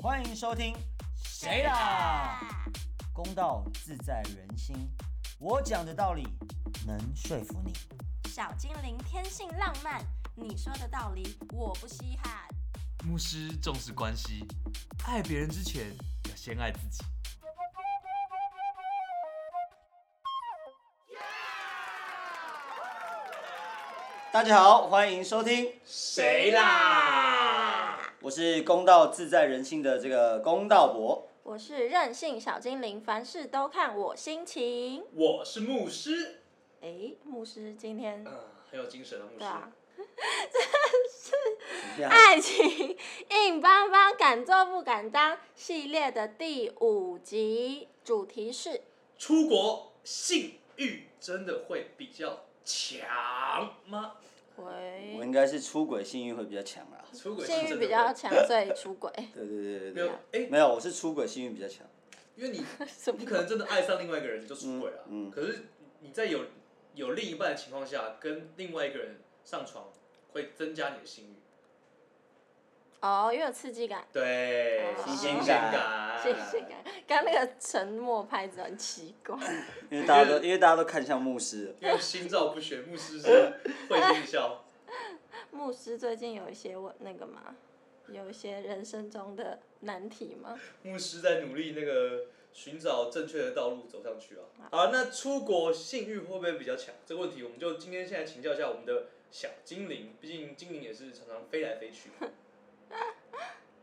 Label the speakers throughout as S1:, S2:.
S1: 欢迎收听《谁啦》，公道自在人心，我讲的道理能说服你。
S2: 小精灵天性浪漫，你说的道理我不稀罕。
S3: 牧师重视关系，爱别人之前要先爱自己。
S1: 大家好，欢迎收听《
S3: 谁啦？
S1: 我是公道自在人心》的这个公道伯。
S2: 我是任性小精灵，凡事都看我心情。
S3: 我是牧师，
S2: 诶，牧师今天
S3: 嗯、很有精神的牧
S2: 对啊，
S1: 怎么样
S2: 爱情硬邦邦，敢做不敢当系列的第五集，主题是
S3: 出国性欲真的会比较强吗？
S1: 我
S2: 喂，
S1: 应该是出轨幸运会比较强啦。
S3: 出轨是
S2: 性
S3: 真
S2: 欲
S3: 的
S2: 比较
S3: 会
S2: 强，所以出轨。
S1: 对对对对
S3: 没有
S1: 对，
S3: 哎、
S1: 没有，我是出轨幸运比较强。
S3: 因为你
S2: 什么
S3: 你可能真的爱上另外一个人，你就出轨了、
S1: 嗯嗯
S3: 可是你在有有另一半的情况下，跟另外一个人上床，会增加你的性欲。
S2: 哦，因为有刺激感。
S3: 对，
S2: 哦
S3: 新
S1: 新鲜
S3: 鲜
S1: 感
S3: 感，
S2: 谢谢感，刚刚那个沉默拍子很奇怪。
S1: 因为大家都因为大家都看向牧师啊了，
S3: 因为心照不宣，牧师是会心一笑。
S2: 牧师最近有一些问那个嘛，有一些人生中的难题吗？
S3: 牧师在努力那个寻找正确的道路走上去啊。好，那出国性欲会不会比较强？这个问题我们就今天现在请教一下我们的小精灵，毕竟精灵也是常常飞来飞去。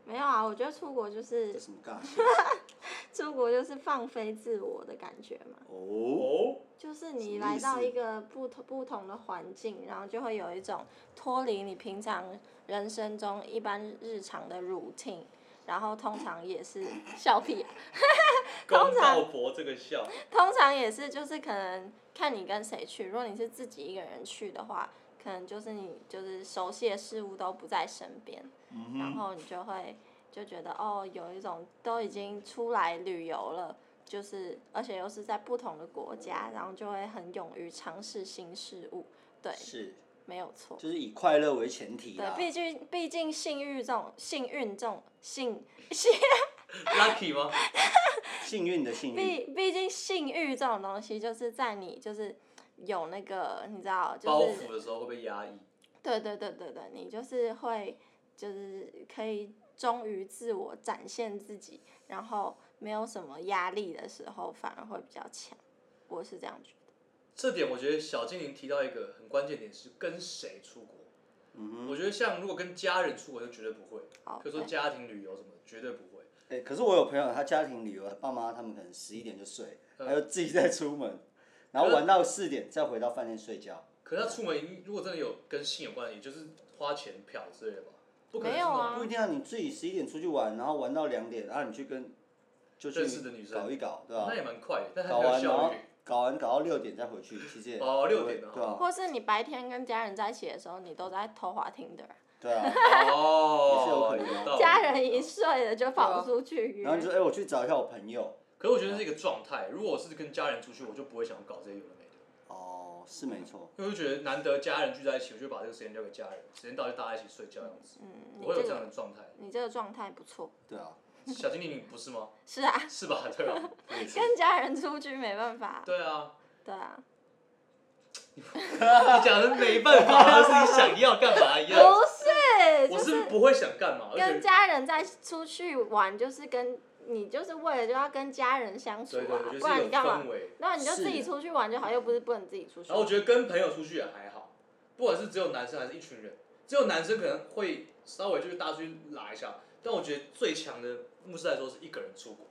S2: 没有啊，我觉得出国就是
S1: 这什么尬？
S2: 出国就是放飞自我的感觉嘛，
S1: 哦，
S3: 哦，
S2: 就是你
S1: 什么
S2: 来
S1: 意思
S2: 到一个不同不同的环境，然后就会有一种脱离你平常人生中一般日常的 routine。然后通常也是 笑屁、啊，
S3: 公
S2: 通常
S3: 道伯这个笑，
S2: 通常也是就是可能看你跟谁去，如果你是自己一个人去的话，可能就是你就是熟悉的事物都不在身边，
S1: 嗯
S2: 然
S1: 哼，
S2: 后你就会就觉得哦，有一种都已经出来旅游了，就是而且又是在不同的国家，然后就会很勇于尝试新事物。对，
S1: 是，
S2: 没有错。
S1: 就是以快乐为前提
S2: 对，
S1: 啦。
S2: 毕竟毕竟性欲这种幸运这种性性，
S3: lucky 吗？
S1: 幸运的幸运，
S2: 毕毕竟性欲这种东西，就是在你就是有那个你知道，
S3: 包
S2: 就是
S3: 袱的时候会不会压抑？
S2: 对对对对对，你就是会，就是可以忠于自我，展现自己，然后没有什么压力的时候，反而会比较强。我是这样觉得。
S3: 这点我觉得小精灵提到一个很关键点是跟谁出国。
S1: 嗯哼。
S3: 我觉得像如果跟家人出国就绝对不会，
S2: 好
S3: 比，如说
S2: 对
S3: 家庭旅游什么的绝对不会。
S1: 哎、可是我有朋友，他家庭旅游，爸妈他们可能十一点就睡，
S3: 嗯
S1: 他就自己再出门，然后玩到四点再回到饭店睡觉。
S3: 可是他出门，如果真的有跟性有关的，也就是花钱嫖之类的吧，不可能
S2: 没有啊
S3: 是那种
S1: 不一定要你自己十一点出去玩，然后玩到两点，然后啊你去跟就去
S3: 认识的女生
S1: 搞一搞，对吧、
S3: 那也蛮快的，但
S1: 啊搞
S3: 很有
S1: 完然
S3: 效
S1: 后
S3: 率。
S1: 搞完搞到六点再回去，其实也
S3: 哦六点啊
S1: 对啊
S2: 或是你白天跟家人在一起的时候，你都在偷滑听的，
S1: 对啊，
S3: 哦，
S1: 也是有可能啊
S3: 有道 理
S2: 家人一睡了就跑出去约
S1: 然后你。说哎、我去找一下我朋友，
S3: 可是我觉得是一个状态。如果我是跟家人出去，我就不会想搞这些有的没的，
S1: 哦是没错，
S3: 因为我就觉得难得家人聚在一起，我就把这个时间交给家人，时间到就大家一起睡觉这样子。
S2: 嗯，你
S3: 我会有
S2: 这
S3: 这样的
S2: 个
S3: 状态。
S2: 你这个状态不错。
S1: 对啊，
S3: 小精灵你不 是吗？
S2: 是啊，
S3: 是吧？对吧？
S1: 我也是
S2: 跟家人出去没办法。
S3: 对啊，
S2: 对啊，
S3: 你讲的没办法，而是你想要干嘛一
S2: 不
S3: 样。
S2: 是，
S3: 我
S2: 就是
S3: 不会想干嘛，而且
S2: 跟家人在出去玩，就是跟你就是为了就要跟家人相处
S3: 对对，
S2: 啊
S3: 我觉，得
S2: 不
S3: 是
S2: 然
S3: 一
S2: 你
S3: 个
S2: 干嘛
S3: 氛？围。
S2: 那你就自己出去玩就好，又不是不能自己出去
S3: 然后我觉得跟朋友出去也还好，不管是只有男生还是一群人，只有男生可能会稍微就是大家出去拉一下，但我觉得最强的牧师来说是一个人出国，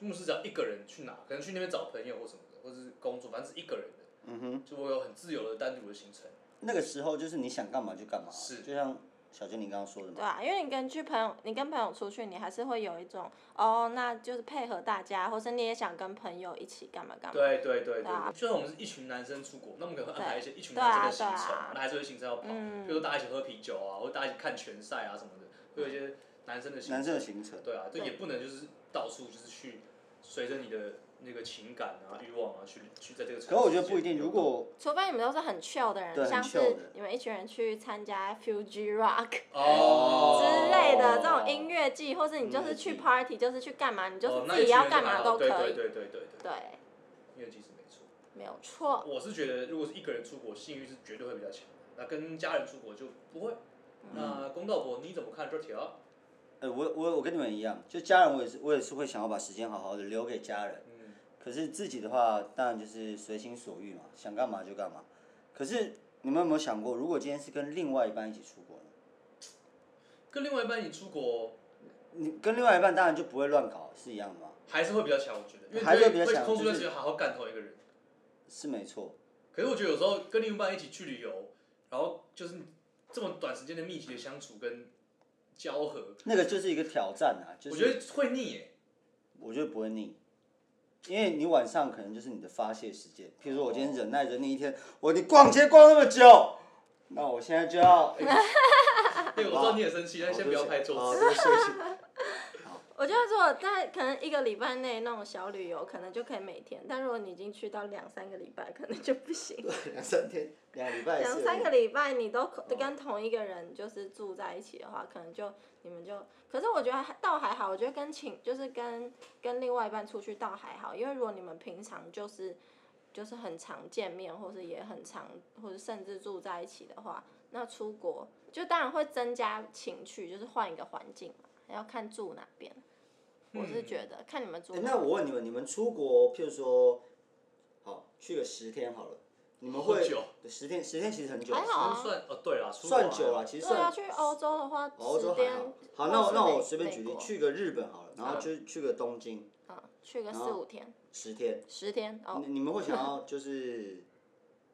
S3: 就牧师只要一个人去哪，可能去那边找朋友或什么的，或者是工作，反正是一个人的，
S1: 嗯哼，
S3: 就我有很自由的单独的行程。
S1: 那个时候就是你想干嘛就干嘛，
S3: 是
S1: 就像小娟你刚刚说的嘛
S2: 对，啊，因为你跟去朋友，你跟朋友出去，你还是会有一种哦，那就是配合大家，或是你也想跟朋友一起干嘛干嘛。
S3: 对对对对
S2: 对啊
S3: 对，虽然我们是一群男生出国，那我们可能会安排一些一群
S2: 对
S3: 男生的
S2: 啊
S3: 行程
S2: 对
S3: 嘛
S2: 啊，
S3: 那还是会行程要跑，比
S2: 嗯
S3: 如说大家一起喝啤酒啊，或者大家一起看拳赛啊什么的，会有一些男生的行
S1: 男
S3: 程
S1: 生的。行程。
S3: 对啊，这
S2: 对
S3: 也不能就是到处就是去随着你的那个情感啊、欲望啊，去去在这个城市。
S1: 可我觉得不一定，如果
S2: 除非你们都是很 chill 的
S1: 对
S2: 人，
S1: 很
S2: 像
S1: chill
S2: 是
S1: 的
S2: 你们一群人去参加 Fuji Rock
S3: 哦
S2: 之类的这种音乐季，或是你就
S1: 音乐
S2: 是
S1: 季
S2: 去 party，就是去干嘛，你就
S3: 哦
S2: 是
S3: 那
S2: 自己
S3: 一群
S2: 要
S3: 人
S2: 干
S3: 就还
S2: 嘛
S3: 好
S2: 都可
S3: 对
S2: 以。
S3: 对对对对对，
S2: 对，
S3: 音乐季是没错。
S2: 没有错。
S3: 我是觉得，如果是一个人出国，性欲是绝对会比较强的。那跟家人出国就不会。那公道伯你怎么看这条？
S1: 呃，我我我跟你们一样，就家人我也是我也是会想要把时间好好的留给家人，
S3: 嗯，
S1: 可是自己的话，当然就是随心所欲嘛，想干嘛就干嘛。可是你们有没有想过，如果今天是跟另外一半一起出国呢？
S3: 跟另外一半你出国
S1: 你跟另外一半当然就不会乱搞，是一样的嘛，
S3: 还是会比较强，我觉得，因为
S1: 还是会比较
S3: 会
S1: 强
S3: 空出
S1: 就
S3: 段
S1: 是
S3: 时间好好干同一个人。
S1: 是没错。
S3: 可是我觉得有时候跟另一半一起去旅游，然后就是这么短时间的密集的相处跟交合，
S1: 那个就是一个挑战啊，就是
S3: 我觉得会 腻耶。
S1: 我觉得不会腻，因为你晚上可能就是你的发泄时间。譬如说我今天忍耐忍你一天，我你逛街逛那么久，那我现在就要，
S3: 对，我知道你也生气，但
S1: 哦
S3: 哦哎先不要拍桌
S1: 对
S3: 子。
S1: 不起哦对不起
S2: 我觉得如果在可能一个礼拜内那种小旅游，可能就可以每天；但如果你已经去到两三个礼拜，可能就不行。
S1: 对两三天，两个礼拜也是有点，嗯
S2: 两三个礼拜你都可跟同一个人就是住在一起的话，可能就你们就，可是我觉得还倒还好，我觉得跟情就是跟跟另外一半出去倒还好，因为如果你们平常就是就是很常见面，或是也很常，或者甚至住在一起的话，那出国就当然会增加情趣，就是换一个环境嘛，要看住哪边。我是觉得、看你们
S1: 嗯
S2: 住
S1: 诶
S2: 哪。
S1: 那我问你们，你们出国，譬如说，好去个十天好了，你们会
S3: 好久
S1: 对十天？十天其实很久，
S2: 还好啊
S3: 算哦，对啦，出国
S1: 算久了，
S3: 啊
S1: 其实
S2: 如果要
S1: 算
S2: 去欧洲的话，
S1: 哦欧洲
S2: 十
S1: 还
S2: 天
S1: 好。
S2: 或
S1: 好，那我
S2: 是
S1: 那我
S2: 美
S1: 随便举
S2: 美
S1: 例，
S2: 国
S1: 去个日本好了，然后就去个东京
S2: 嗯，去个
S1: 然
S2: 四
S1: 后
S2: 五天。
S1: 十天，
S2: 十天哦
S1: 你，你们会想要就是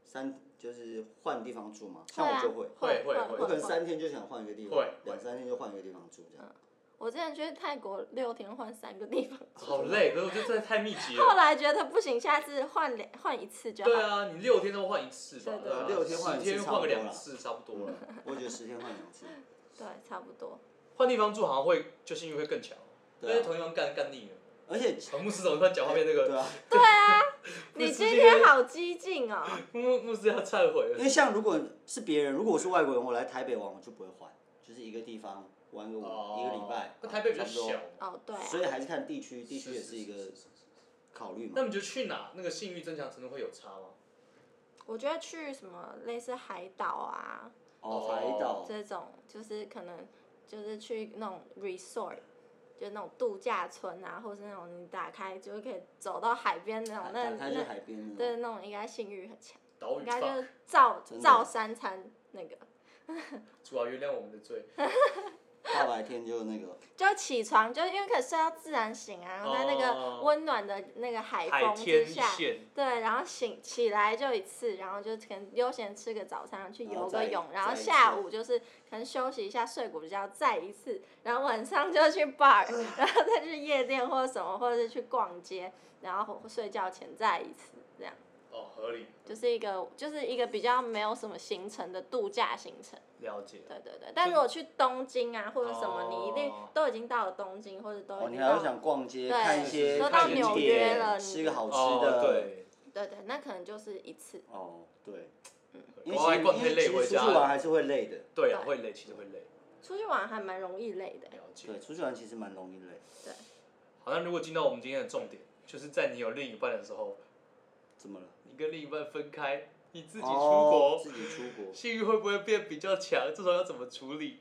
S1: 三就是换地方住吗？像
S2: 会
S1: 我
S2: 啊
S1: 就会，
S3: 会会
S2: 会
S3: 会
S1: 我可能三天就想换一个地方
S3: 会，
S1: 两三天就换一个地方住这样。
S2: 我之前去泰国六天换三个地方，
S3: 好累，可是我觉得这太密集
S2: 后
S3: 了。
S2: 来觉得不行，下次换两换一次就好。
S3: 对啊，你六天都换一次吧，
S2: 对对
S3: 吧
S2: 对
S1: 六天换一次
S3: 十天换个两
S1: 差
S3: 次差不多了。
S2: 嗯
S1: 我觉得十天换两次，
S2: 对差不多。
S3: 换地方住好像会就性欲会更强，因
S1: 对啊
S3: 为同地方干干腻了。
S1: 而且
S3: 从牧师怎么突然讲话变那
S1: 对
S3: 个？
S1: 啊，
S2: 你今天好激进哦！
S3: 牧 牧师要忏悔
S1: 因
S3: 了。
S1: 为像如果是别人，如果我是外国人，我来台北玩，我就不会换，就是一个地方玩个五
S3: 哦
S1: 一个礼拜，
S3: 那台北比较
S1: 差不多
S3: 小，
S2: 哦，对、
S1: 所
S2: 啊，
S1: 以还是看地区，地区也
S3: 是
S1: 是一个
S3: 是是是
S1: 考虑嘛
S3: 那。你觉得去哪那个性欲增强程度会有差吗？
S2: 我觉得去什么类似海岛啊
S1: 哦，海岛，
S2: 这种，就是可能就是去那种 resort。就那种度假村啊，或是那种你打开就可以走到海边那种，那
S1: 打开是
S2: 那
S1: 海边的，
S2: 对那种应该性欲很强，
S3: 岛屿
S2: 应该就
S3: fuck，
S2: 是照
S1: 真的
S2: 照三餐那个，
S3: 主要原谅我们的罪。
S1: 大白天就那个，
S2: 就起床，就因为可以睡到自然醒啊，然后在那
S3: 哦
S2: 个温暖的那个海风之下，
S3: 线，
S2: 对，然后醒起来就一次，然后就可能悠闲吃个早餐，去
S1: 然后
S2: 游
S1: 再
S2: 个泳，然后
S1: 再一
S2: 下
S1: 次
S2: 午就是可能休息一下，睡个午觉，再一次，然后晚上就去 bar，然 后再去夜店或者什么，或者是去逛街，然后睡觉前再一次，这样
S3: 哦，合理，
S2: 就是一个就是一个比较没有什么行程的度假行程。
S3: 了解。
S2: 对对对，但如果去东京啊或者什么，你一定
S3: 哦
S2: 都已经到了东京，或者都
S1: 哦，你
S2: 已经
S1: 还
S2: 到
S1: 会想逛街，
S2: 对
S1: 看一些
S3: 都到
S1: 看景
S3: 纽
S1: 点
S2: 约了你
S1: 吃个好
S3: 哦，
S1: 吃的，，
S3: 对，
S2: 对对，那可能就是一次。
S1: 哦，对，因
S3: 因
S1: 为
S3: 为
S1: 其
S3: 逛
S1: 实
S3: 太
S1: 因为其
S3: 累回
S1: 实出
S3: 家
S1: 去玩
S3: 了。
S1: 还是会累的，
S3: 对啊，会累，其实会累，
S2: 出去玩还蛮容易累的，
S3: 了解
S1: 对，。出去玩其实蛮容易累。
S2: 对，
S3: 好，那如果进到我们今天的重点，就是在你有另一半的时候，
S1: 怎么了？
S3: 你跟另一半分开，你自
S1: 自
S3: 己出国，
S1: 哦自己出国，
S3: 性欲会不会变比较强？这时候要怎么处理？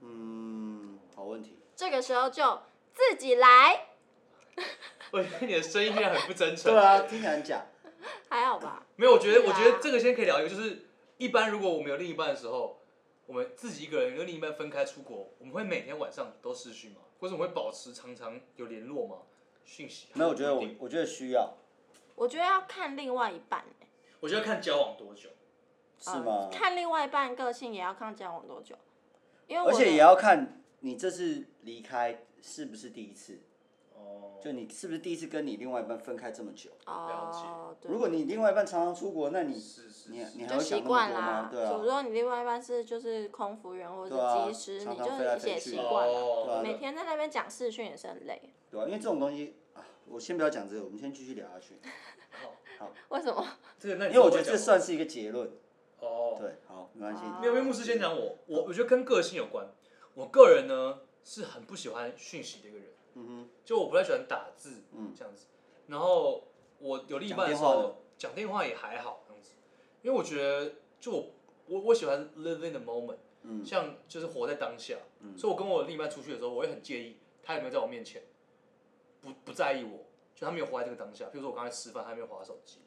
S1: 嗯，好问题。
S2: 这个时候就自己来，
S3: 我觉得你的声音现在很不真诚
S1: 对。啊，听起来很假。
S2: 还好 吧？
S3: 没有，我觉得，
S2: 对
S3: 我
S2: 啊
S3: 觉得这个先可以聊一个，就是一般如果我们有另一半的时候，我们自己一个人跟另一半分开出国，我们会每天晚上都视讯吗？或者我们会保持常常有联络吗？讯息？
S1: 没有，我觉得
S3: 不
S1: 我
S3: 一定
S1: 我觉得需要
S2: 我觉得要看另外一半、欸，
S3: 我觉得看交往多久，
S1: 是
S2: 嗯
S1: 吗？
S2: 看另外一半个性也要看交往多久，因为我
S1: 而且
S2: 的
S1: 也要看你这次离开是不是第一次，
S3: 哦，
S1: 就你是不是第一次跟你另外一半分开这么久。
S2: 哦，对，
S1: 如果你另外一半常常出国，那你
S3: 是是
S1: 你你
S3: 是，
S1: 还
S2: 就
S1: 会想
S2: 习
S1: 那么
S2: 惯
S1: 多吗
S2: 啦？。
S1: 对
S2: 如
S1: 啊，
S2: 果你另外一半是就是空服员或者
S1: 对啊
S2: 是技师，
S1: 常
S2: 你
S1: 常
S2: 就
S1: 飞来
S2: 是
S1: 飞
S2: 也
S1: 去
S2: 习
S1: 啊
S2: 惯了。
S1: 对啊
S2: 每天在那边讲视讯也是很累。
S1: 对啊，因为这种东西啊，我先不要讲这个，我们先继续聊下去，
S2: 为什么？
S1: 啊
S3: 这个那
S1: 因
S3: 你
S1: 为我觉得
S3: 之
S1: 这
S3: 后再讲
S1: 算是一个结论。
S3: 哦，
S1: 对，好，没关系。
S2: 啊
S3: 没有，因为牧师先讲我，我我觉得跟个性有关。我个人呢是很不喜欢讯息的一个人，
S1: 嗯
S3: 就我不太喜欢打字，
S1: 嗯
S3: 这样子。然后我有另一半的时
S1: 讲电话
S3: 候讲电话也还好这样子，因为我觉得就我我我喜欢 live in the moment，、
S1: 嗯
S3: 像就是活在当下，所以我跟我另一半出去的时候，我会很介意他有没有在我面前，不不在意我，就他没有活在这个当下。比如说我刚才吃饭，他没有划手机，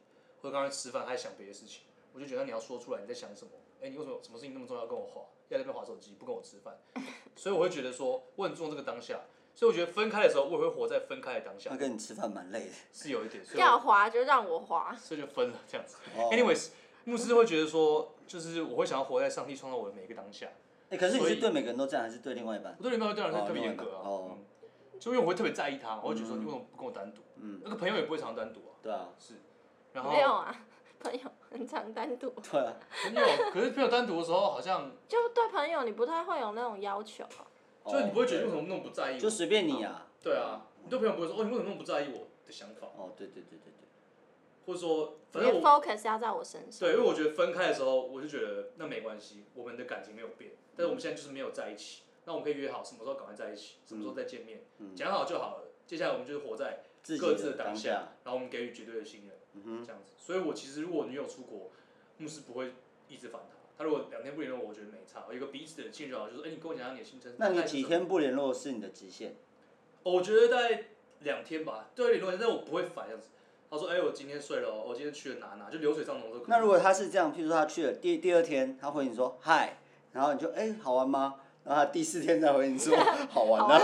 S3: 或者刚才吃饭他在想别的事情，我就觉得你要说出来你在想什么，哎、你为什么什么事情那么重要跟我划，要在那边划手机不跟我吃饭， 所以我会觉得说我很注重这个当下。所以我觉得分开的时候，我也会活在分开的当下
S1: 那，哎跟你吃饭蛮累的。
S3: 是有一点，所以我
S2: 要滑就让我滑。
S3: 所以就分了这样子。
S1: 哦
S3: Anyways，牧师会觉得说，就是我会想要活在上帝创造我的每一个当下。
S1: 哎，可是你
S3: 所
S1: 是
S3: 以
S1: 对每个人都这样，还是对另外一半？
S3: 我对另外一半当然
S1: 哦
S3: 是特别严格啊，
S1: 另外一半哦
S3: 嗯，就因为我会特别在意他，我会觉得说你为什么不跟我单独？
S1: 嗯，
S3: 那个朋友也不会常单独啊，
S1: 对啊，
S3: 是。然后
S2: 没有啊，朋友很常单独，
S1: 对啊，
S3: 朋 友，可是朋友单独的时候，好像
S2: 就对朋友你不太会有那种要求啊。
S3: 就你不会觉得
S1: 哦
S3: 为什么那么不在
S1: 对
S3: 意我？
S1: 就随便你啊。
S3: 对啊，你对朋友不会说哦，你为什么那么不在意我的想法？
S1: 哦，对对对对对，
S3: 或者说，
S2: 你
S3: 反
S2: 的
S3: 正我
S2: focus 要在我身上。
S3: 对，因为我觉得分开的时候，我就觉得那没关系，我们的感情没有变，但是我们现在就是没有在一起。那我们可以约好什么时候赶快在一起，什么时候再见面，
S1: 嗯
S3: 讲好就好了。接下来我们就是活在
S1: 自
S3: 各
S1: 己
S3: 自的
S1: 当嗯
S3: 当下，然后我们给予绝对的信任，这样子。所以我其实如果女友出国，牧师不会一直烦她。她如果两天不联络我，我觉得没差，有一个彼此的信任，就是哎、你跟我讲讲你的行程。
S1: 那
S3: 大
S1: 你
S3: 概是
S1: 几
S3: 什么？
S1: 天不联络是你的极限？
S3: 哦我觉得大概两天吧，对，联络，但我不会烦这样子。他说：“哎、我今天睡了哦，我今天去了哪哪，就流水账那种都可以。”
S1: 那如果他是这样，譬如说他去了第第二天，他回你说嗨，然后你就哎、好玩吗？然后他第四天再回你 说好玩啊，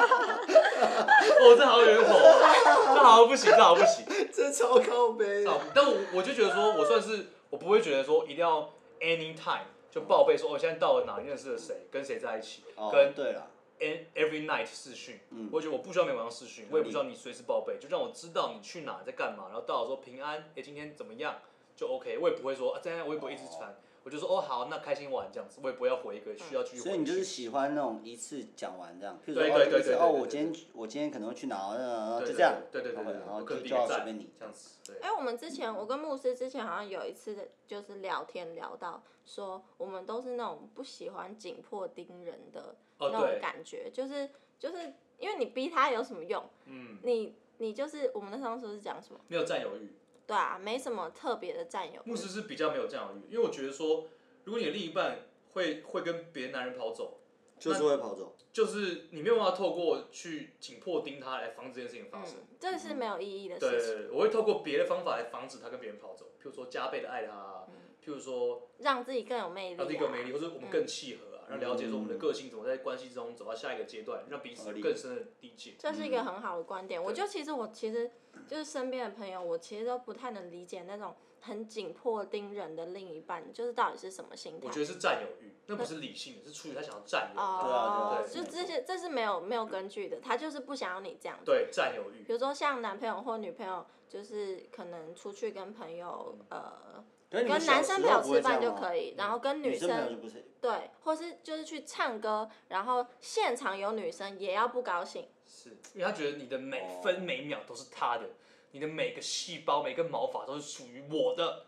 S3: 哦，这好像有点火，这好像不行，这好像不行。
S1: 这超靠背的。
S3: 啊，但我我就觉得说，我算是我不会觉得说一定要 anytime 就报备说，哦，现在到了哪，认识了谁，跟谁在一起，
S1: 哦
S3: 跟，
S1: 对了，
S3: and every night 视讯，
S1: 嗯
S3: 我觉得我不需要每晚上视讯，我也不需要你随时报备，就让我知道你去哪在干嘛，然后到了说平安，哎、今天怎么样就 OK，我也不会说啊这样，我也不会一直传，我就说哦好，那开心玩这样子，我也不要回一个需要去回的讯息，
S1: 嗯所以你就是喜欢那种一次讲完这样，譬如说
S3: 对
S1: 哦
S3: 对对
S1: 就是
S3: 对对
S1: 哦，
S3: 对
S1: 我
S3: 对
S1: 今天去我今天可能会去哪，呃
S3: 对
S1: 就这样，
S3: 对对对对对，
S1: 然后
S3: 我可能
S1: 就
S3: 比
S1: 就
S3: 个
S1: 要
S3: 赞
S1: 随便你
S3: 这样子，对，
S2: 哎、我们之前，我跟牧师之前好像有一次的，就是聊天聊到说，我们都是那种不喜欢紧迫盯人的
S3: 哦
S2: 那种
S3: 对，
S2: 感觉，就是就是因为你逼他有什么用？
S3: 嗯，
S2: 你你就是我们那上次是讲什么？
S3: 没有占有欲，
S2: 对啊，没什么特别的占有欲。
S3: 牧师是比较没有占有欲，因为我觉得说，如果你的另一半会会跟别的男人跑走，
S1: 就是会跑走。
S3: 就是你没有办法透过去紧迫盯他来防止这件事情发
S2: 嗯
S3: 生。，
S2: 这是没有意义的
S3: 对
S2: 事
S3: 对
S2: 情，
S3: 对，我会透过别的方法来防止他跟别人跑走，譬如说加倍的爱他啊，譬如说
S2: 让自己更有魅力、啊。
S3: 让自己更美丽，或者我们更契合啊，让了解说我们的个性怎么在关系中走到下一个阶段，让彼此有更深的理解。
S2: 这是一
S1: 嗯
S2: 个很好的观点。我就其实我其实就是身边的朋友，我其实都不太能理解那种很紧迫盯人的另一半，就是到底是什么心态
S3: 我。觉得是占有欲，那不是理性的，是出于他想要占有
S1: 对啊
S3: 他。
S2: 哦，
S1: 对
S2: 就
S1: 啊
S2: 这些这是没有没有根据的，他就是不想要你这样。
S1: 啊
S3: 对，占有欲。
S2: 比如说像男朋友或女朋友，就是可能出去跟朋友呃，
S1: 可是
S2: 跟
S1: 你们小
S2: 男生
S1: 时
S2: 朋友
S1: 候不会
S2: 吃
S1: 这样
S2: 饭就
S1: 吗
S2: 可以，然后跟
S1: 女
S2: 生
S1: 朋友就不是，
S2: 对，或是就是去唱歌，然后现场有女生也要不高兴，
S3: 是因为他觉得你的每
S1: 哦
S3: 分每秒都是他的，你的每个细胞、每根毛发都是属于我的。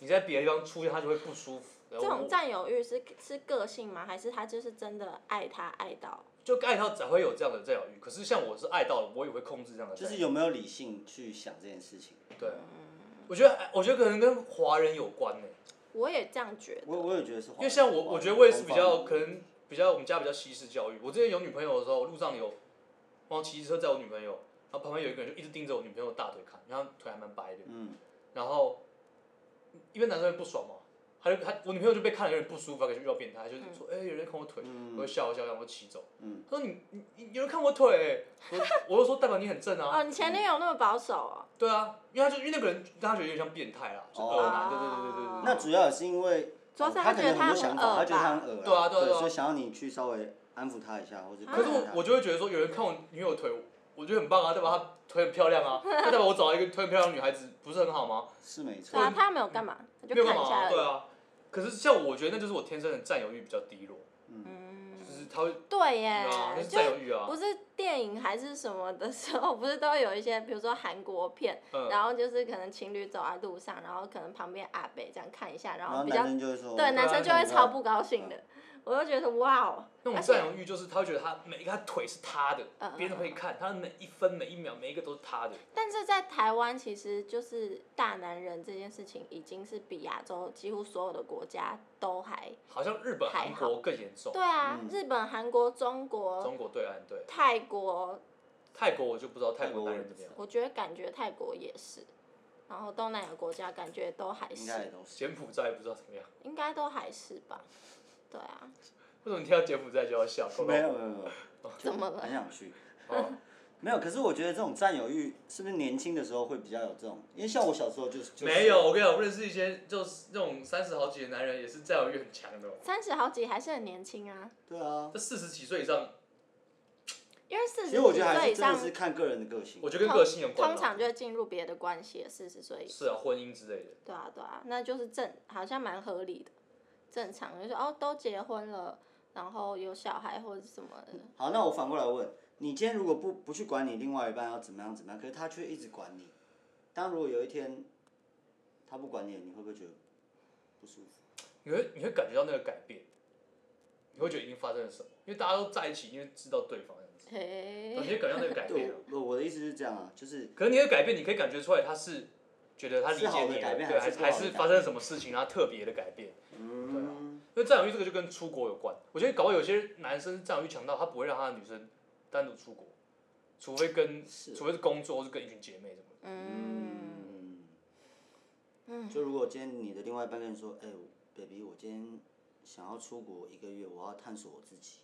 S3: 你在别的地方出现，他就会不舒服。然
S2: 这
S3: 后
S2: 种
S3: 我
S2: 占有欲是是个性吗？还是他就是真的爱他爱到？
S3: 就爱到才会有这样的占有欲。可是像我是爱到了，我也会控制这样的
S1: 就
S3: 占
S1: 是
S3: 有欲。
S1: 有没有理性去想这件事情？
S3: 对，我觉得哎我觉得可能跟华人有关呢、
S2: 我也这样觉得。
S1: 我我也觉得是华人，
S3: 因为像我，
S1: 华
S3: 我
S1: 人
S3: 觉得我也是比
S1: 东
S3: 较
S1: 方
S3: 可能比较我们家比较西式教育。我之前有女朋友的时候，路上有，然后骑车载我女朋友，然后旁边有一个人就一直盯着我女朋友的大腿看，然后她腿还蛮白的。
S1: 嗯，
S3: 然后因为男生会不爽嘛，他就他我女朋友就被看了有点不舒服，感觉遇到变态，就是说，哎、有人看我腿，
S1: 嗯
S3: 我就笑一笑，然后骑走。
S1: 嗯
S3: 他说你你你有人看我腿、欸，我我就说 代表你很正啊，
S2: 哦，你前女友那么保守哦，
S3: 对啊，因为他就因为那个人让他觉得有点像变态啦，就
S1: 哦
S3: 恶男，对对对对对对。
S1: 那主要也是因为
S2: 主要是
S1: 哦
S2: 他
S1: 可
S2: 觉得
S1: 能很多
S2: 他很
S1: 想法，
S2: 恶
S1: 他觉得他
S2: 吧啊
S1: 很恶啊，
S3: 对啊对啊对啊
S1: 所以想要你去稍微安抚他一下，或者
S2: 可
S3: 可是
S1: 帮
S3: 我
S1: 助他
S3: 我就会觉得说，有人看我女友腿，我觉得很棒啊，代表她腿很漂 亮啊，那代表我找到一个腿很漂亮的女孩子，不是很好吗？
S1: 是没错
S2: 对，啊，他没有干嘛，他就
S3: 嗯没有
S2: 看
S3: 干嘛
S2: 一下
S3: 啊，
S2: 而
S3: 对
S2: 已。
S3: 啊。可是像我觉得那就是我天生的占有欲比较低落，
S2: 嗯，
S3: 就是他会
S2: 对耶
S3: 对啊，那，是
S2: 就
S3: 占有欲啊
S2: 不，是电影还是什么的时候，不是都有一些，比如说韩国片，
S3: 嗯，
S2: 然后就是可能情侣走在路上，然后可能旁边阿北这样看一下，啊然
S1: 然后
S2: 后比较
S1: 男生就会说，
S2: 对男生就会
S1: 怎么
S2: 超
S1: 办
S2: 不高兴的，我就觉得哇哦，
S3: 啊那种
S2: 而且
S3: 占有欲就是他会觉得他每一个他腿是他的
S2: 嗯，
S3: 别人会看他的每一分每一秒每一个都是他的，
S2: 但是在台湾，其实就是大男人这件事情，已经是比亚洲几乎所有的国家都还
S3: 好像日本、
S2: 还
S3: 韩
S2: 好
S3: 国更严重，
S2: 对啊，
S1: 嗯
S2: 日本、韩国、中国、
S3: 中国对岸对，
S2: 泰国，
S3: 泰国我就不知道泰
S1: 泰国
S3: 国
S1: 我
S3: 男
S1: 也
S3: 人怎么样，
S2: 我觉得感觉泰国也是，然后东南亚国家感觉都还
S1: 应该也
S2: 是，
S1: 都是。
S3: 柬埔寨不知道怎么样，
S2: 应该都还是吧？对啊，
S3: 为什么你听到柬埔寨就要笑？
S1: 没有没有没有，
S2: 怎么了
S1: 很？想去。
S3: 哦，
S1: 没有，可是我觉得这种占有欲是不是年轻的时候会比较有这种？因为像我小时候就是、就是、
S3: 没有，我跟你讲，我认识一些就是那种三十好几的男人，也是占有欲很强的哦。
S2: 三十好几还是很年轻啊，
S1: 对啊，
S3: 这四十几岁以上，
S2: 因为四
S1: 其
S2: 十
S1: 实我
S2: 几
S1: 觉得还
S2: 岁以
S1: 是真
S2: 上
S1: 的，是看个人的个性。
S3: 我觉得跟个性有关
S2: 通
S3: 啊。
S2: 常就会进入别的关系了。四十岁以
S3: 是啊，婚姻之类的。
S2: 对啊，对啊，那就是正，好像蛮合理的，正常就是哦，都结婚了，然后有小孩或者什么的，
S1: 好，那我反过来问，你今天如果不不去管你另外一半要怎么样怎么样，可是他却一直管你，当如果有一天他不管你，你会不会觉得不舒服？
S3: 你会你会感觉到那个改变，你会觉得已经发生了什么，因为大家都在一起，因为知道对方这样子，
S2: 嘿
S3: 你，会感觉到那个改变
S1: 对
S3: 了。，
S1: 我我的意思是这样啊，就是
S3: 可是你的改变，你可以感觉出来他是觉得他理
S1: 是好
S3: 解
S1: 的
S3: 你
S1: 改
S3: 了，
S1: 变
S3: 对，
S1: 还
S3: 还
S1: 是不好的
S3: 还
S1: 改
S3: 是
S1: 变
S3: 发生了什么事情，然后特别的改变。
S1: 嗯，
S3: 因为占有欲这个就跟出国有关，我觉得搞不好有些男生占有欲强到他不会让他的女生单独出国，除非跟
S1: 是哦
S3: 除非是工作或是跟一群姐妹什么的。
S2: 嗯，
S1: 嗯，就如果今天你的另外一半跟你说，哎、b a b y 我今天想要出国一个月，我要探索我自己，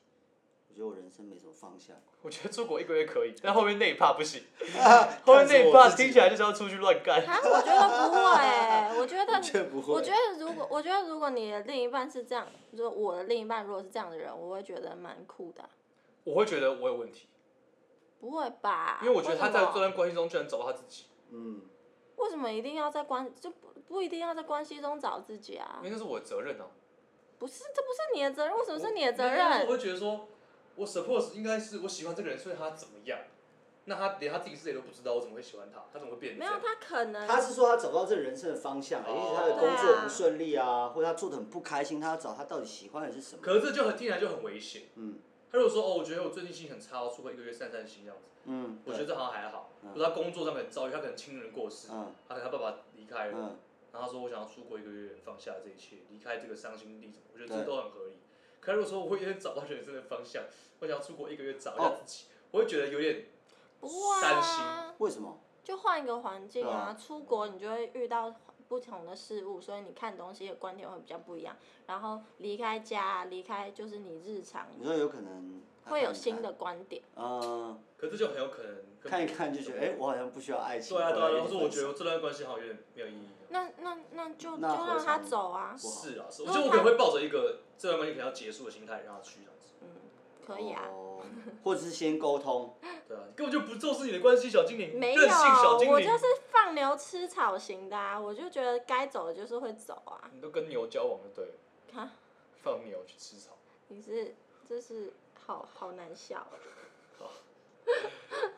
S1: 我觉得我人生没什么方向。
S3: 我觉得出国一个月可以，但后面那一趴 不行，
S1: 啊
S3: 后面那一趴听起
S1: 来
S3: 来就是要出去乱干。
S2: 啊，我觉得不会，我觉得。
S1: 绝不会，
S2: 我觉得如果我觉得如果你的另一半是这样，如果我的另一半如果是这样的人，我会觉得蛮酷的啊。
S3: 我会觉得我有问题，
S2: 不会吧？
S3: 因为我觉得他在这
S2: 为什么
S3: 段关系中居然找到他自己。
S1: 嗯，
S2: 为什么一定要在关就不不一定要在关系中找自己啊
S3: 因？为那是我的责任啊。
S2: 不是，这不是你的责任，为什么是你的责
S3: 我没有
S2: 任？
S3: 我会觉得说，我 suppose 应该是我喜欢这个人，所以他怎么样？那他连他自己自己都不知道，我怎么会喜欢他？他怎么会变成
S2: 没
S3: 这
S2: 有，
S3: 样？
S2: 他可能
S1: 他是说他找不到这人生的方向了，
S3: 哦
S1: 也许他的工作不顺利啊，或者他做的很不开心，他要找他到底喜欢的是什么。
S3: 可是这就很听起来就很危险。
S1: 嗯
S3: 他如果说哦，我觉得我最近心情很差，我出国一个月散散心这样子，
S1: 嗯，
S3: 我觉得这好像还好。
S1: 嗯
S3: 可是他工作上可能遭遇，他可能亲人过世，
S1: 嗯
S3: 他可能他爸爸离开了，
S1: 嗯，
S3: 然后他说我想要出国一个月，放下这一切，离开这个伤心地什么，我觉得
S1: 对
S3: 这都很合理。可是如果说我有点找到人生的方向，我想要出国一个月找一
S1: 哦
S3: 下自己，我会觉得有点
S2: 不会
S3: 担
S2: 啊
S3: 心，
S1: 为什么？
S2: 就换一个环境啊，
S1: 对啊
S2: 出国你就会遇到不同的事物，所以你看东西的观点会比较不一样。然后离开家，离开就是你日常
S1: 你说有可能他
S2: 会有
S1: 看一看
S2: 新的，观点。
S1: 嗯，
S3: 可这就很有可能跟
S1: 看一看就觉得，哎，我好像不需要爱情。
S3: 对啊对啊，
S1: 我要
S3: 然
S1: 一
S3: 后
S1: 个
S3: 说我
S1: 分手
S3: 觉得我这段关系好像有点没有意义。
S2: 那那那就
S1: 那
S2: 就
S1: 何
S2: 让他
S1: 尝
S2: 走啊，
S1: 不好
S3: 是啊，是，
S2: 如
S3: 我
S2: 果他
S3: 觉得我可能会抱着一个这段关系可能要结束的心态让他去这样子。
S2: 嗯，可以啊。
S1: 哦，或者是先沟 通，
S3: 对啊，你根本就不重视你的关系，小精灵，
S2: 没有，
S3: 任性小精
S2: 我
S3: 灵
S2: 就，是放牛吃草型的啊，我就觉得该走的就是会走啊。
S3: 你都跟牛交往就对了，
S2: 看，
S3: 放牛去吃草。
S2: 你是这是好好难笑。哦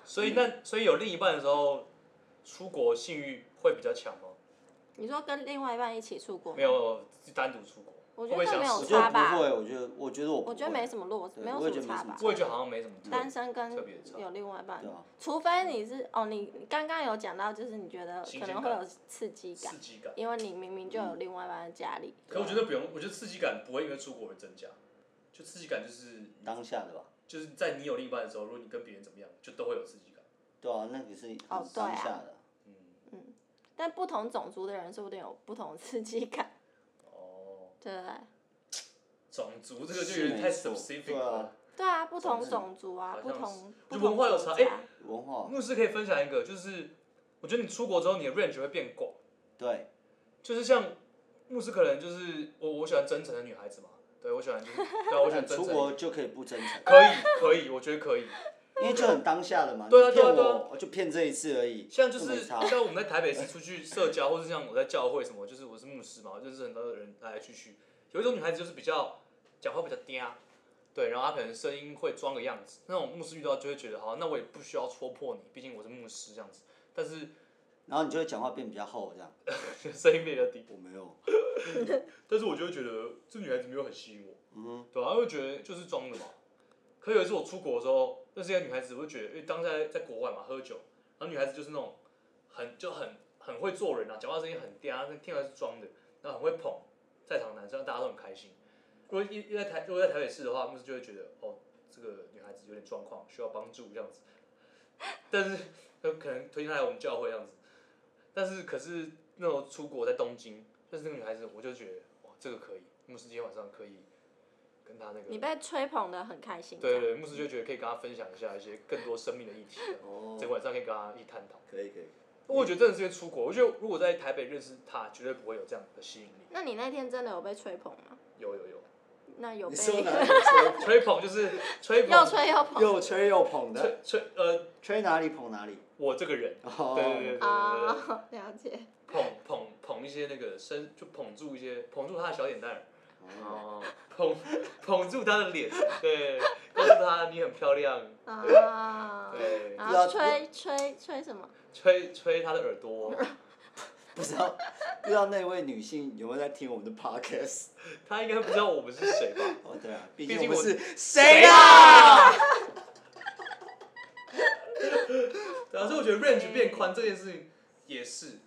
S3: 所以那所以有另一半的时候，出国性欲会比较强吗？
S2: 你说跟另外一半一起出国吗
S3: 没，有，单独出国，
S2: 我
S3: 会
S2: 觉得
S3: 不会
S2: 这
S3: 想
S2: 没有
S1: 我
S3: 试
S1: 觉得
S2: 差
S1: 不
S2: 吧？
S1: 会，我觉得我觉得我不会
S2: 我觉得没什么落，
S1: 对
S2: 没有
S1: 我也
S2: 什
S1: 觉
S2: 么
S1: 得没
S2: 差
S1: 什么
S2: 吧
S1: 差。
S3: 我也觉得好像没什么特别。
S2: 单身跟
S3: 特别差
S2: 有另外一半
S1: 对啊，
S2: 除非你是哦，你你刚刚有讲到，就是你觉得
S3: 新
S2: 可
S3: 鲜
S2: 能会
S3: 感
S2: 有刺激感
S3: 刺，激感。
S2: 因为你明明就有另外一半在家里。啊
S3: 可我觉得不用，我觉得刺激感不会因为出国而增加，就刺激感就是
S1: 当下的吧，
S3: 就是在你有另一半的时候，如果你跟别人怎么样，就都会有刺激感。
S1: 对啊，那个是很
S2: 哦对
S1: 当
S2: 啊
S1: 下的，
S3: 嗯，
S2: 但不同种族的人说不定有不同的刺激感，
S3: 哦，
S2: 对不对？
S3: 种族这个就是有点太
S1: 没错
S3: specific
S1: 对啊
S3: 了。
S2: 对啊，不同
S1: 种族
S2: 种族啊
S3: 好，
S2: 不
S3: 像
S2: 同
S3: 是
S2: 不
S3: 就
S2: 同
S3: 文化有
S2: 国
S3: 差
S2: 家
S3: 哎
S1: 文化
S3: 牧师可以分享一个，就是我觉得你出国之后，你的 range 会变广。
S1: 对，
S3: 就是像牧师，可能就是我我喜欢真诚的女孩子嘛，对我喜欢就是 对啊，我喜欢真
S1: 出
S3: 诚的。
S1: 国就可以不真诚，
S3: 可以可以，我觉得可以。
S1: 因为就很当下的嘛，
S3: 对啊
S1: 你骗
S3: 对啊对啊
S1: 我，我就骗这一次而已，
S3: 像就
S1: 没
S3: 是
S1: 差
S3: 像我们在台北市出去社交，或是像我在教会什么，就是我是牧师嘛，我认识很多人来来去去。有一种女孩子就是比较讲话比较嗲，对，然后他可能声音会装个样子，那种牧师遇到就会觉得，好，那我也不需要戳破你，毕竟我是牧师这样子。但是
S1: 然后你就会讲话变比较厚这样。
S3: 声音比较低，
S1: 我没有，
S3: 但是我就会觉得这女孩子没有很吸引我，嗯，对啊，会觉得就是装的嘛。可有一次我出国的时候，认识一个女孩子，我就觉得，因为当下在在国外嘛，喝酒，然后女孩子就是那种很就很很会做人啊，讲话声音很嗲，那听起来是装的，然后很会捧在场的男生，大家都很开心。如果呃一一在台如果在台北市的话，牧师就会觉得，哦，这个女孩子有点状况，需要帮助这样子。但是呃可能推荐她来我们教会这样子，但是可是那时候出国在东京，但是那个女孩子，我就觉得哇，这个可以，牧师今天晚上可以跟她那个
S2: 你被吹捧的很开心。
S3: 对对，牧师就觉得可以跟他分享一下一些更多生命的议题，
S1: 哦
S3: 这个晚上可以跟他一起探讨。
S1: 可以可以。
S3: 我觉得真的是因为出国，我觉得如果在台北认识他，绝对不会有这样的吸引力。
S2: 那你那天真的有被吹捧吗？
S3: 有有有，
S2: 那有
S1: 你
S2: 被
S1: 说 哪里吹捧？
S3: 吹捧就是吹
S2: 又
S3: 捧，
S2: 吹 又捧，
S1: 又吹又捧的，
S3: 吹吹呃，
S1: 吹哪里捧哪里。
S3: 我这个人，对
S1: 哦
S3: 对对对对对，对
S2: 啊，了解。
S3: 捧捧捧一些那个身，就捧住一些捧住他的小脸蛋儿，
S1: 哦
S3: 哦，捧捧住他的脸，对，告诉他你很漂亮，
S2: 啊，
S3: 对，
S2: 然
S1: 不知道
S2: 后吹吹吹什么？
S3: 吹吹他的耳朵，
S1: 不知道不知道那位女性有没有在听我们的 podcast？
S3: 他应该不知道我们是谁吧？
S1: 哦，对啊，毕
S3: 竟
S1: 竟我们
S3: 我
S1: 是谁
S3: 啊
S1: 啊？
S3: 对啊，所以我觉得 range 变宽这件事情也是，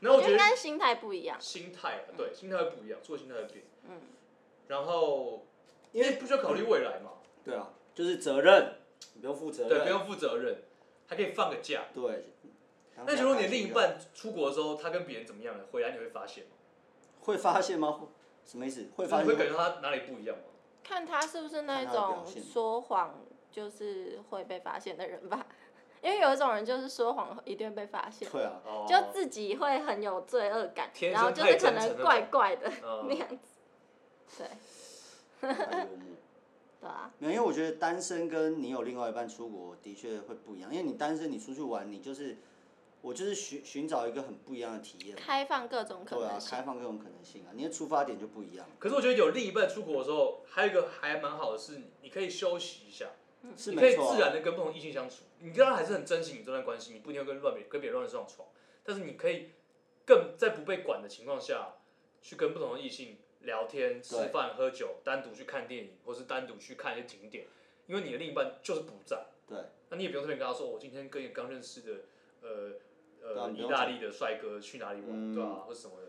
S3: 然后我觉
S2: 应
S3: 得
S2: 该心态不一样。
S3: 心态啊，对，心态会不一样，做心态会变，
S2: 嗯，
S3: 然后
S1: 因
S3: 因
S1: 为
S3: 为不需要考虑未来嘛，
S1: 对啊，就是责任，你不用负责任。
S3: 对，不用负责任，还可以放个假。
S1: 对。
S3: 那如果你的另一半出国的时候，他跟别人怎么样了，回来你会发现吗？
S1: 会发现吗？会什么意思？会
S3: 就是
S1: 发现
S3: 你会感觉他哪里不一样吗？
S2: 看他是不是那
S1: 看他的表
S2: 种
S1: 现
S2: 说谎就是会被发现的人吧， 因为有一种人就是说谎一定会被发现，
S1: 会啊，
S3: 哦
S2: 就自己会很有罪恶感，
S3: 天生
S2: 然后就是可
S3: 太真诚
S2: 能
S3: 了
S2: 怪怪的
S3: 嗯
S2: 那样子。对，
S1: 蛮幽默。
S2: 对啊，
S1: 没有，因为我觉得单身跟你有另外一半出国的确会不一样，因为你单身你出去玩，你就是我就是寻寻找一个很不一样的体验，
S2: 开放各种可
S1: 啊对啊
S2: 能，性。
S1: 开放各种可能性啊，你的出发点就不一样，
S3: 可是我觉得有另一半出国的时候，还有一个还蛮好的是，你可以休息一下，
S1: 是
S3: 嗯你可以
S1: 没错
S3: 自
S1: 啊、
S3: 然的跟不同异性相处，你当然还是很珍惜你这段关系，你不一定会跟乱别跟别人乱上床，但是你可以更在不被管的情况下，去跟不同的异性聊天、吃
S1: 对
S3: 饭、喝酒，单独去看电影，或是单独去看一些景点，因为你的另一半就是不在，
S1: 对，
S3: 那你也不用特别跟他说，我今天跟一个刚认识的呃
S1: 对啊
S3: 呃
S1: 你不
S3: 意
S1: 用
S3: 大利的帅哥去哪里玩，
S1: 嗯
S3: 对啊，或什么的，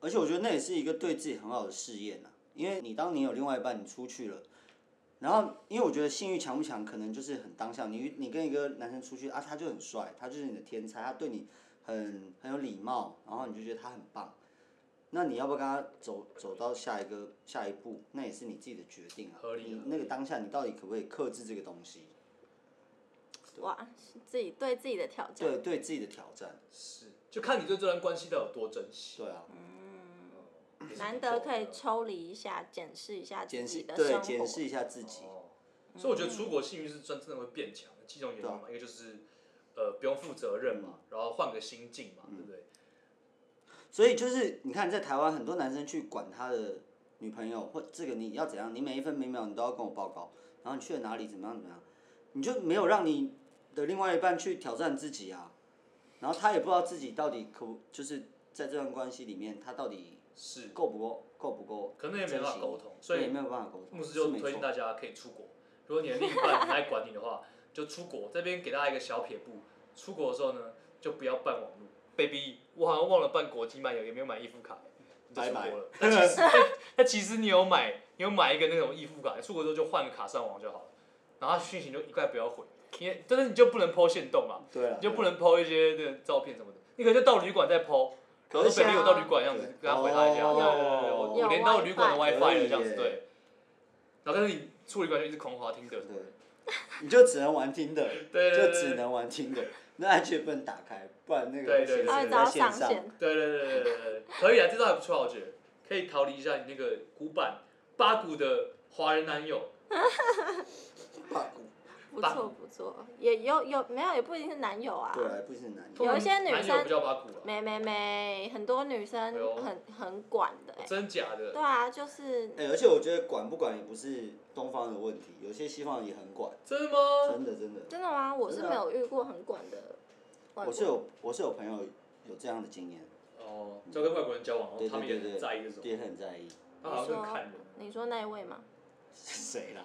S1: 而且我觉得那也是一个对自己很好的试验啊，因为你当你有另外一半，你出去了。然后，因为我觉得性欲强不强，可能就是很当下。你你跟一个男生出去啊，他就很帅，他就是你的天才，他对你很很有礼貌，然后你就觉得他很棒。那你要不要跟他走走到下一个下一步？那也是你自己的决定啊。
S3: 合理
S1: 你
S3: 合
S1: 那个当下，你到底可不可以克制这个东西？
S2: 哇，自己对自己的挑战。
S1: 对，对自己的挑战。
S3: 是，就看你对这段关系到底有多珍惜，
S1: 对啊，
S3: 也是不错
S2: 难得可以
S3: 的啊
S2: 抽离一下，检视一下自
S1: 检视
S2: 己的
S1: 对
S2: 生
S1: 检视
S2: 活。
S1: 一下自己。
S3: 哦所以我觉得出国信誉是真真的会变强，几种原因
S1: 啊
S3: 嘛，一个就是呃不用负责任嘛，
S1: 嗯
S3: 然后换个心境嘛，对不对？
S1: 所以就是你看，在台湾很多男生去管他的女朋友或这个你要怎样，你每一分每秒你都要跟我报告，然后你去了哪里怎么样怎么样，你就没有让你的另外一半去挑战自己啊，然后他也不知道自己到底可不就是在这段关系里面他到底
S3: 是，
S1: 够不够够不够
S3: 可能也
S1: 珍惜
S3: 没
S1: 你，
S3: 办法沟通，所
S1: 对
S3: 以
S1: 也没有办法沟通，
S3: 牧师
S1: 是
S3: 就
S1: 没
S3: 推荐
S1: 错。
S3: 大家可以出国。如果你的另一半很爱管你的话，就出国。这边给大家一个小撇步，出国的时候呢，就不要办网络。baby，我好像忘了办国际漫游，也没有买易付卡，你就出国了。 那其实，那那其实你有买，你有买一个那种易付卡，出国之后就换个卡上网就好了。然后讯息就一概不要回，因为但是你就不能抛线动啊。
S1: 对啊，
S3: 你就不
S1: 能
S3: 能 PO 一些那个照片什么的，你可能就到旅馆再 PO，然
S1: 可
S3: 后
S1: 是
S3: 说北
S1: 像
S3: 有到旅馆这样子
S1: 对，
S3: 跟他回他一下，
S1: 哦
S3: 对对对对，我
S2: 有
S3: 我连到旅馆的
S1: WiFi
S3: WiFi 了这样子，
S1: 可以
S3: 对。然后但是你出旅馆就一直狂滑听的
S1: 对，，你就只能玩听的，
S3: 对对
S1: 就
S3: 对
S1: 只
S3: 对
S1: 能玩听的，那 IG 不能打开，不然那个
S3: 对对
S1: 显
S3: 对
S2: 他
S1: 示
S2: 会
S1: 你在
S2: 找到上
S1: 线上。
S2: 线，
S3: 对对对对对对，可以啊，这招还不错啊，我觉得可以逃离一下你那个古板八股的华人男友，
S1: 八股，
S2: 不
S3: 棒
S2: 错不错，也有有没有也不一定是男友啊，
S1: 对啊，不是男
S2: 有
S1: 友，
S2: 一些女
S3: 男友
S2: 生
S3: 比较八股啊了，
S2: 没没没，很多女
S3: 哎呦
S2: 生很很管的欸、
S3: 真假的？
S2: 对啊，就是
S1: 哎、而且我觉得管不管也不是东方的问题，有些西方人也很管，
S3: 真的吗？
S1: 真的真的。
S2: 真的吗？我是
S1: 真的
S2: 没
S1: 啊
S2: 有遇过很管的
S1: 我
S2: 外国
S1: 是
S2: 人，
S1: 有我是有朋友有这样的经验，
S3: 哦，就跟外国人交往，然后
S1: 对
S3: 他
S1: 对
S3: 们也
S1: 对
S3: 很
S1: 对，
S3: 在意这种，
S1: 也很在意。
S3: 他 好像很看人。
S2: 你说那一位吗？
S1: 谁啦？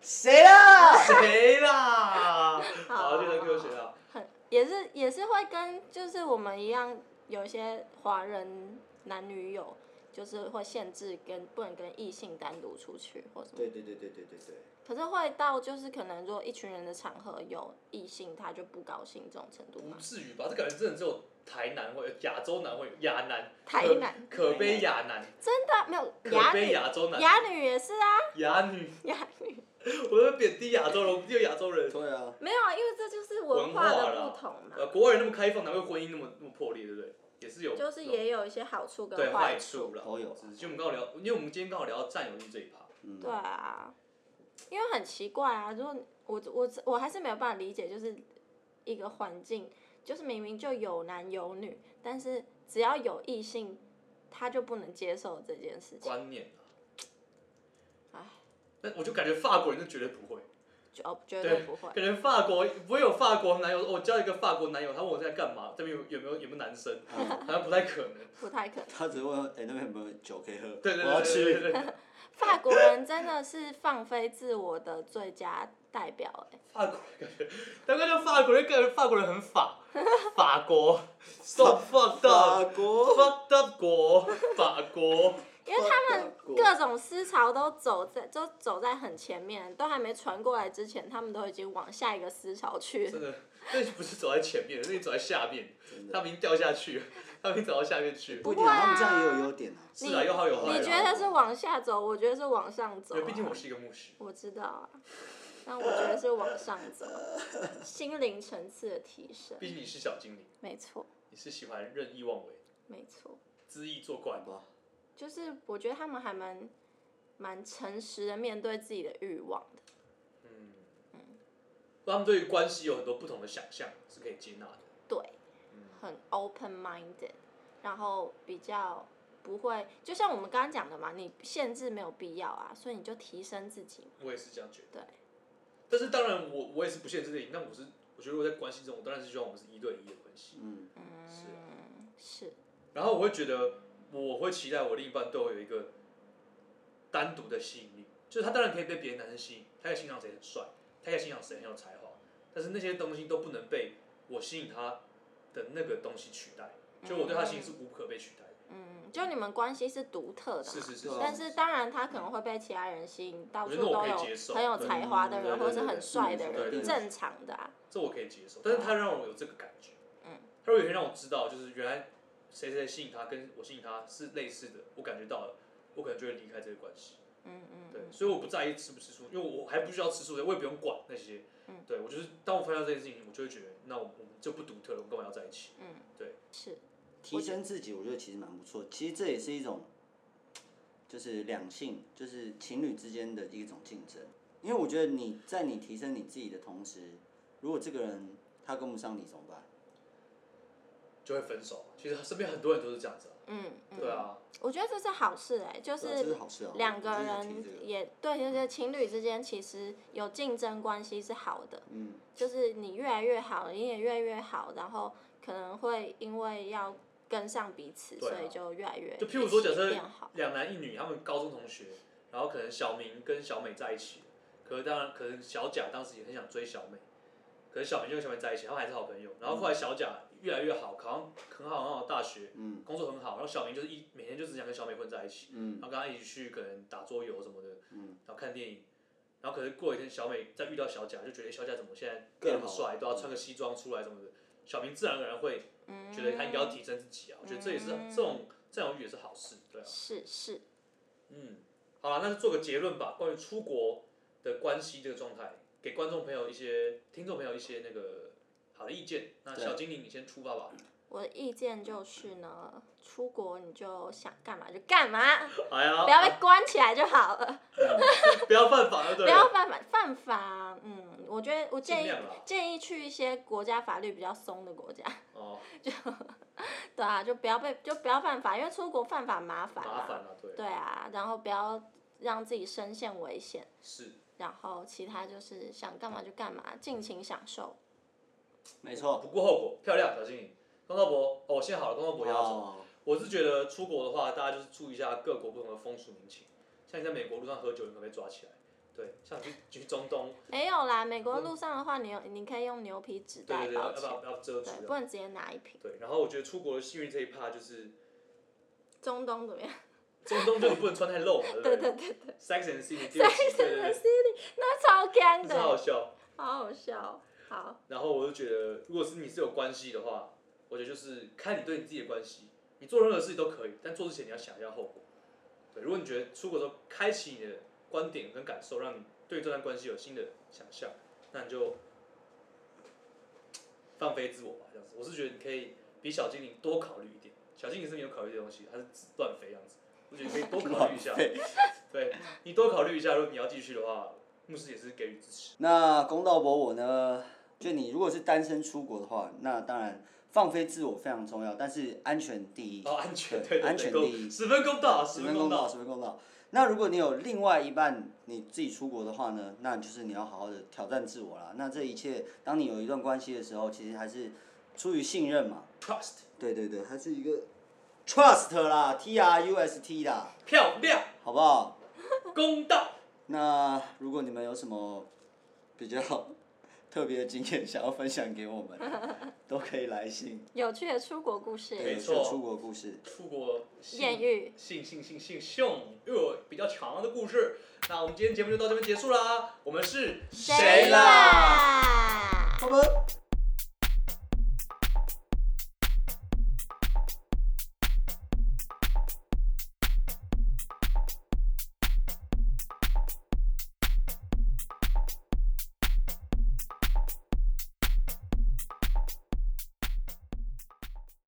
S1: 谁啦？
S3: 谁啦？好，
S2: 好
S3: 这个 Q 谁啊啦？
S2: 很也是也是会跟就是我们一样，有一些华人男女友就是会限制跟不能跟异性单独出去或什么，
S1: 对对对对对对对。
S2: 可是会到就是可能如果一群人的场合有异性，他就不高兴这种程度吗
S3: 不？至于吧？这感觉真的只有台南会有，亚洲南会有亚南，
S2: 台
S3: 可
S2: 南
S3: 可悲亚南，
S2: 真的啊没有
S3: 可
S2: 哑
S3: 悲啊
S2: 女，
S3: 亚洲南，
S2: 哑女也是啊，
S3: 亚女，
S2: 哑女
S3: 我在贬低亚洲人，我们就亚洲人。
S1: 对啊，
S2: 没有啊，因为这就是文
S3: 化
S2: 化
S3: 啦
S2: 的不同嘛，
S3: 呃，国外人那么开放，哪会婚姻那么那么破裂，对不对？也是有那
S2: 就
S3: 种，
S2: 是也有一些好处
S3: 对
S2: 跟
S3: 坏
S2: 处
S3: 处，了。
S1: 都有啊。
S3: 就我们刚好聊，因为我们今天刚好聊到占有欲这一趴，
S1: 嗯，
S2: 对啊，因为很奇怪啊，如果我我我还是没有办法理解，就是一个环境，就是明明就有男有女，但是只要有异性，他就不能接受这件事情。
S3: 观念
S2: 唉
S3: 啊。但我就感觉法国人就绝对不会，
S2: 就哦，绝对不会。
S3: 感觉法国不会有法国男友。哦我交一个法国男友，他问我在干嘛，这边有有没有有没有男生，
S1: 嗯
S3: 好像不太可 能。
S2: 不太可能。
S1: 他只问哎、那边有没有酒可以喝？
S3: 对对
S1: 我要
S3: 对对
S1: 去。
S3: 对对对。
S2: 法国人真的是放飞自我的最佳代表哎、
S3: 法国人感觉，难怪叫法国人，感觉法国人很法，法国，so fucked
S1: 法
S3: up。
S1: 国，
S3: fucked up 国，法国，
S2: 因为他们
S1: 法国
S2: 各种思潮都走在都走在很前面，都还没传过来之前，他们都已经往下一个思潮去了。
S3: 真的，那不是走在前面，那你走在下面，
S1: 真
S3: 他
S1: 的
S3: 们已经掉下去了，他们已经走到下面去了。
S1: 不一定啊，他们这样也有优点啊。
S3: 是啊，有好有坏
S2: 你
S3: 啊。
S2: 觉得是往下走，我觉得是往上走、啊
S3: 对，。毕竟我是一个牧师。
S2: 我知道啊，但我觉得是往上走，心灵层次的提升。
S3: 毕竟你是小精灵，
S2: 没错，
S3: 你是喜欢任意妄为、
S2: 没错，
S3: 恣意作怪
S1: 好。吧，
S2: 就是我觉得他们还蛮蛮诚实的面对自己的欲望的。
S3: 嗯，他们对于关系有很多不同的想象，是可以接纳的。
S2: 对，
S3: 嗯
S2: 很 open minded，然后比较不会，就像我们刚刚讲的嘛，你限制没有必要啊，所以你就提升自己。
S3: 我也是这样觉得。
S2: 对，
S3: 但是当然我，我也是不限制自己。那我是，我觉得我在关系中，我当然是希望我们是一对一的关系。
S1: 嗯，
S3: 是啊
S2: 嗯，是
S3: 然后我会觉得，我会期待我另一半对我有一个单独的吸引力，就是他当然可以被别的男生吸引，他可以欣赏谁很帅，他可以欣赏谁很有才华，但是那些东西都不能被我吸引他的那个东西取代，就我对他吸引是无可被取代的。
S2: 嗯，就你们关系是独特的嘛，
S3: 是是是
S1: 对啊
S2: 但是当然，他可能会被其他人吸引，到
S3: 我觉
S2: 处
S3: 得
S2: 都有
S3: 我可以接受
S2: 很有才华的
S3: 对对
S2: 人，
S3: 对
S2: 或是很帅的
S3: 对对
S2: 人，
S3: 对
S2: 正常的啊。
S3: 这我可以接受，但是他让我有这个感觉，
S2: 嗯，
S3: 他如果有一天让我知道，就是原来谁谁吸引他，跟我吸引他是类似的，我感觉到了，我可能就会离开这个关系，
S2: 嗯嗯，
S3: 对，所以我不在意吃不吃素，因为我还不需要吃素，我也不用管那些，
S2: 嗯
S3: 对我就是当我发现这件事情，我就会觉得，那我我们就不独特了，我们干嘛要在一起？
S2: 嗯，
S3: 对，
S2: 是
S1: 提升自己，我觉得其实蛮不错。其实这也是一种，就是两性，就是情侣之间的一种竞争。因为我觉得你在你提升你自己的同时，如果这个人他跟不上你怎么办？
S3: 就会分手。其实身边很多人都是这样子、啊，
S2: 嗯嗯，
S3: 对啊，
S2: 我觉得这是好事哎，
S1: 对
S2: 就
S1: 啊这
S2: 是
S1: 是好事啊。
S2: 两个
S1: 我自己有提这
S2: 人也对，就是情侣之间其实有竞争关系是好的，
S1: 嗯，
S2: 就是你越来越好，你也越来越好，然后可能会因为要跟上彼此，
S3: 对啊
S2: 所以就越来越
S3: 就譬如说，
S2: 一起
S3: 假设
S2: 变好，
S3: 两男一女，他们高中同学，然后可能小明跟小美在一起，可是当然，可能小贾当时也很想追小美，可是小明就跟小美在一起，他们还是好朋友。然后后来小贾越来越好，考上很好很好的大学，
S1: 嗯
S3: 工作很好，然后小明就是一每天就只想跟小美混在一起，
S1: 嗯
S3: 然后跟他一起去可能打桌游什么的，
S1: 嗯，
S3: 然后看电影。然后可能过一天，小美再遇到小贾，就觉得小贾怎么现在
S1: 更
S3: 变得那么
S1: 好嗯
S3: 帅，都要穿个西装出来什么的。小明自然而然会
S2: 嗯，
S3: 觉得他应该要提升自己啊，我觉得这也是
S2: 嗯
S3: 这种占有欲也是好事，对啊。
S2: 是是，
S3: 嗯，好了，那就做个结论吧。关于出国的关系这个状态，给观众朋友一些、听众朋友一些那个好的意见。那
S1: 对
S3: 小精灵，你先出发吧。
S2: 我的意见就是呢，出国你就想干嘛就干嘛，
S3: 哎呀，
S2: 不要被关起来就好了，
S3: 不要犯法了，对
S2: 不要犯法，犯办法，嗯，我觉得我建
S3: 尽
S2: 议
S3: 量啦
S2: 建议去一些国家法律比较松的国家，
S3: 哦，
S2: 对啊，就不要被就不要犯法，因为出国犯法麻烦
S3: 麻
S2: 嘛，
S3: 烦了，对，
S2: 对啊，然后不要让自己身陷危险。
S3: 是，
S2: 然后其他就是想干嘛就干嘛，尽情享受。
S1: 没错。
S3: 不顾后果，漂亮，小心你。龚道博，哦，现在好了，龚道博要走。
S1: 哦，
S3: 我是觉得出国的话，大家就是注意一下各国不同的风俗民情。像你在美国路上喝酒，你可能被抓起来。对，像你去你去中东，
S2: 没有啦，美国路上的话，你有你可以用牛皮纸
S3: 对
S2: 袋
S3: 对对，要
S2: 包
S3: 要不
S2: 起来，
S3: 要要遮住
S2: 对，
S3: 的。
S2: 不能直接拿一瓶。
S3: 对，然后我觉得出国的幸运这一趴就是
S2: 中东怎么样？
S3: 中东就你不能穿太露嘛，对不对
S2: 对对对对，
S3: s e x and the City 第 二集，对对对，
S2: 那超干
S3: 真的好好
S2: 的，
S3: 笑。
S2: 好好笑。好，
S3: 然后我就觉得，如果是你是有关系的话，我觉得就是看你对你自己的关系，你做任何事情都可以，但做之前你要想一下后果。对，如果你觉得出国之后开启你的观点跟感受，让你对这段关系有新的想象，那你就放飞自我吧，这样子。我是觉得你可以比小精灵多考虑一点，小精灵是没有考虑这些东西，它是乱飞这样子。我觉得你可以多考虑一下，对你多考虑一下，如果你要继续的话，牧师也是给予支持。
S1: 那公道博我呢？就你如果是单身出国的话，那当然放飞自我非常重要，但是安全第一。
S3: 哦，安全，
S1: 对
S3: 对对对
S1: 安全
S3: 公
S1: 第一
S3: 十分公道，
S1: 十
S3: 十
S1: 分
S3: 分
S1: 公
S3: 公
S1: 道，
S3: 道，
S1: 十分公道。那如果你有另外一半，你自己出国的话呢，那就是你要好好的挑战自我啦。那这一切，当你有一段关系的时候，其实还是出于信任嘛。
S3: trust，
S1: 对对对，还是一个 trust 啦，T R U S T 啦，
S3: 漂亮，
S1: 好不好？
S3: 公道。
S1: 那如果你们有什么比较特别的经验想要分享给我们，都可以来信。
S2: 有趣的出国故事，
S1: 对，
S3: 没
S1: 有
S3: 错
S1: 些出国故事。
S3: 出国
S2: 艳遇
S3: 性性性性性又有比较长的故事。那我们今天节目就到这边结束啦，我们是
S1: 谁啦
S2: 啦
S1: 拜拜。